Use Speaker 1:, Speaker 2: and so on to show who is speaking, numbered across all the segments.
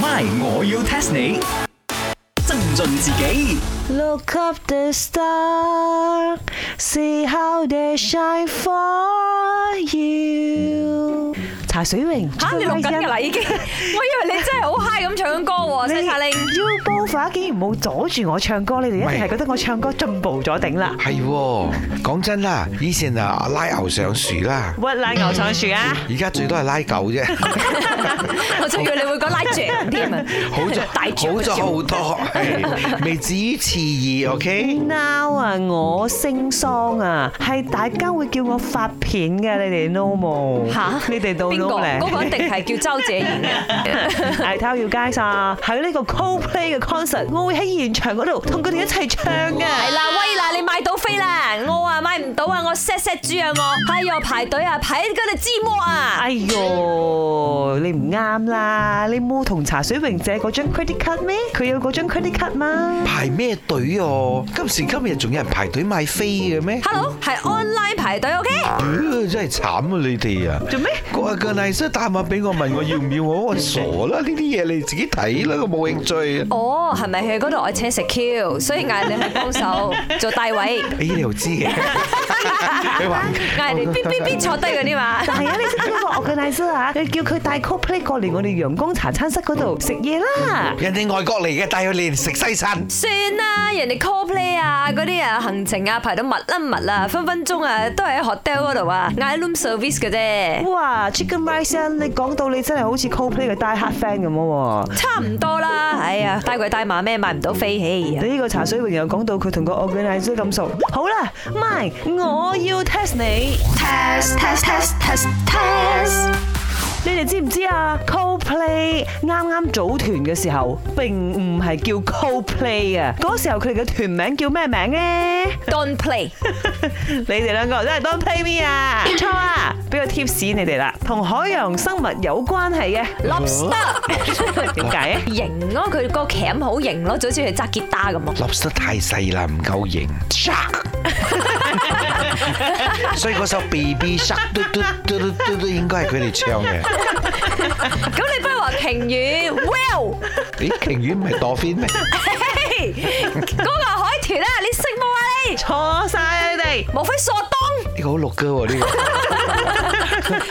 Speaker 1: My，我要 test 你。增进自己
Speaker 2: Look up the star, see how they shine for you。茶水榮，
Speaker 3: 嚇你錄緊㗎啦 已經，我以為你真係好 high 咁唱緊歌喎，西塔令。
Speaker 2: You both 啊竟然冇阻住我唱歌，你哋一定係覺得我唱歌進步咗頂啦。
Speaker 4: 係喎，講真啦，以前啊拉牛上樹啦，
Speaker 2: 屈拉牛上樹啊！
Speaker 4: 而家最多係拉狗啫，
Speaker 3: 我仲以為你會講拉雀添啊，
Speaker 4: 好咗
Speaker 3: 大雀
Speaker 4: 好
Speaker 3: 嘅
Speaker 4: 咗
Speaker 3: 雀
Speaker 4: 好多，係未至於次意，OK？
Speaker 2: Now à, 啊，我星桑啊，係大家會叫我發片嘅，你哋 know 冇？
Speaker 3: 嚇
Speaker 2: 你哋到
Speaker 3: 邊
Speaker 2: know
Speaker 3: 個？
Speaker 2: 咧？
Speaker 3: 嗰個一定係叫周姐演 嘅。
Speaker 2: I tell you guys 啊，喺呢個 Coldplay 嘅 concert，我會喺現場嗰度同佢哋一齊唱
Speaker 3: 係
Speaker 2: 嘅。
Speaker 3: 啦，威啦，你買到飛啦！我啊買唔到啊，我 set set 豬啊我，哎呀排隊啊排嗰度知摸啊！
Speaker 2: 哎呦，你唔啱啦！你冇同茶水榮借嗰張 credit card 咩？佢有嗰張 credit card 嘛？
Speaker 4: 排咩隊哦？今時今日仲有人排隊買飛嘅咩？
Speaker 3: Hello，係 online 排隊，OK？
Speaker 4: 呃真係慘啊你哋啊！
Speaker 2: 做咩？
Speaker 4: 個個麗莎打電話俾我問我要唔要我，我話傻啦！呢啲嘢你自己睇啦，我冇興趣。啊
Speaker 3: 哦，係咪去嗰度我請食 Q，所以嗌你去幫手做大位，
Speaker 4: 哎，你又知嘅？你話
Speaker 3: 嗌你邊邊邊坐低嗰啲嘛？
Speaker 2: 但係啊，你識咗個 organizer 啊，你叫佢帶 Coldplay 過嚟我哋陽光茶餐室嗰度食嘢啦。
Speaker 4: 人哋外國嚟嘅，帶佢嚟食西餐。
Speaker 3: 算啦，人哋 call play 啊，嗰啲啊行程啊排到密啦密啦，分分鐘啊都係喺 hotel 嗰度啊，嗌 room service 嘅啫，
Speaker 2: 哇，Chicken Rice 啊，你講到你真係好似 Coldplay 嘅 die hard fan 咁喎。
Speaker 3: 差唔多啦。哎呀，帶鬼帶馬咩買唔到飛起
Speaker 2: 你呢個茶水榮又講到佢同個 organizer 咁熟，好啦，My，我要 test 你，
Speaker 5: test test test test test
Speaker 2: 你哋知唔知啊？Coldplay 啱啱組團嘅時候，並唔係叫 Coldplay 啊，嗰時候佢哋嘅團名叫咩名呢？
Speaker 3: ，don't play。
Speaker 2: 你哋兩個真係 Don't play me 啊！錯啊，俾個 tips 你哋啦，同海洋生物有關係嘅，
Speaker 3: lobster
Speaker 2: 點解啊？
Speaker 3: 型咯，佢個鉗好型咯，就好似佢揸吉他咁咯。
Speaker 4: Lobster 太細啦，唔夠型。Shark，所以嗰首 Baby Shark 嘟嘟嘟嘟嘟嘟應該係佢哋唱嘅。
Speaker 3: 咁你不如話鯨魚 well，
Speaker 4: 咦，鯨魚唔係墮片咩？
Speaker 3: 嗰個係海豚啊，你識冇啊你？
Speaker 2: 錯晒啊你哋！
Speaker 3: 莫非傻當
Speaker 4: 呢個好綠噶喎，呢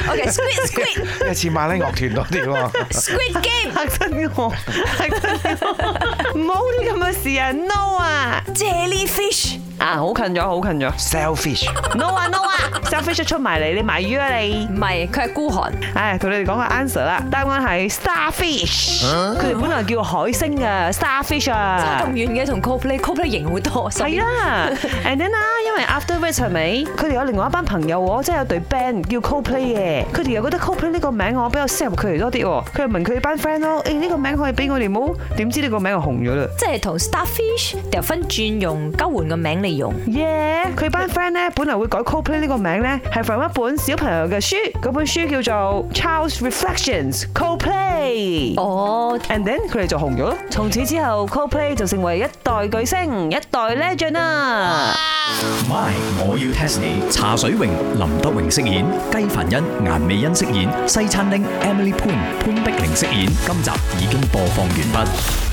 Speaker 3: ？OK squid squid
Speaker 4: 個一似馬拉樂團多啲喎。
Speaker 3: squid game，
Speaker 2: 嚇親 我，嚇親我，唔好啲咁嘅事啊！No 啊！
Speaker 3: jellyfish
Speaker 2: 啊，好近咗，好近咗。
Speaker 4: Selfish，
Speaker 2: no 啊 no 啊，selfish 出埋嚟，你埋魚啊你！
Speaker 3: 唔係，佢係孤寒。
Speaker 2: 唉，同你哋講個 answer 啦，答案係 starfish。佢哋本來叫海星嘅 starfish
Speaker 3: 咁
Speaker 2: 啊。
Speaker 3: 遠嘅同 Coldplay，Coldplay 型好多，
Speaker 2: 係啦，and then 啦，因為 afterwards 係咪？佢哋有另外一班朋友喎，即係有隊 band 叫 Coldplay 嘅，佢哋又覺得 Coldplay 呢個名我比較適合佢哋多啲喎，佢又問佢班 friend 咯，誒呢個名可以俾我哋冇？點知呢個名就紅咗啦。
Speaker 3: 即係同 Starfish 掉分轉用，交換個名嚟用。
Speaker 2: 耶！佢班 friend 咧，本來會改 Coldplay 呢個名咧，係 from 一本小朋友嘅書，嗰本書叫做《Charles Reflections Coldplay》。
Speaker 3: 哦，
Speaker 2: And then 佢哋就紅咗咯。Oh 從此之後，Coldplay 就成為一代巨星、一代 legend 啊啦。
Speaker 1: ，My，我要 test 你。茶水榮、林德榮飾演，雞凡欣、顏美欣飾演，西餐廳 Emily Poon 潘碧玲飾演。今集已經播放完畢。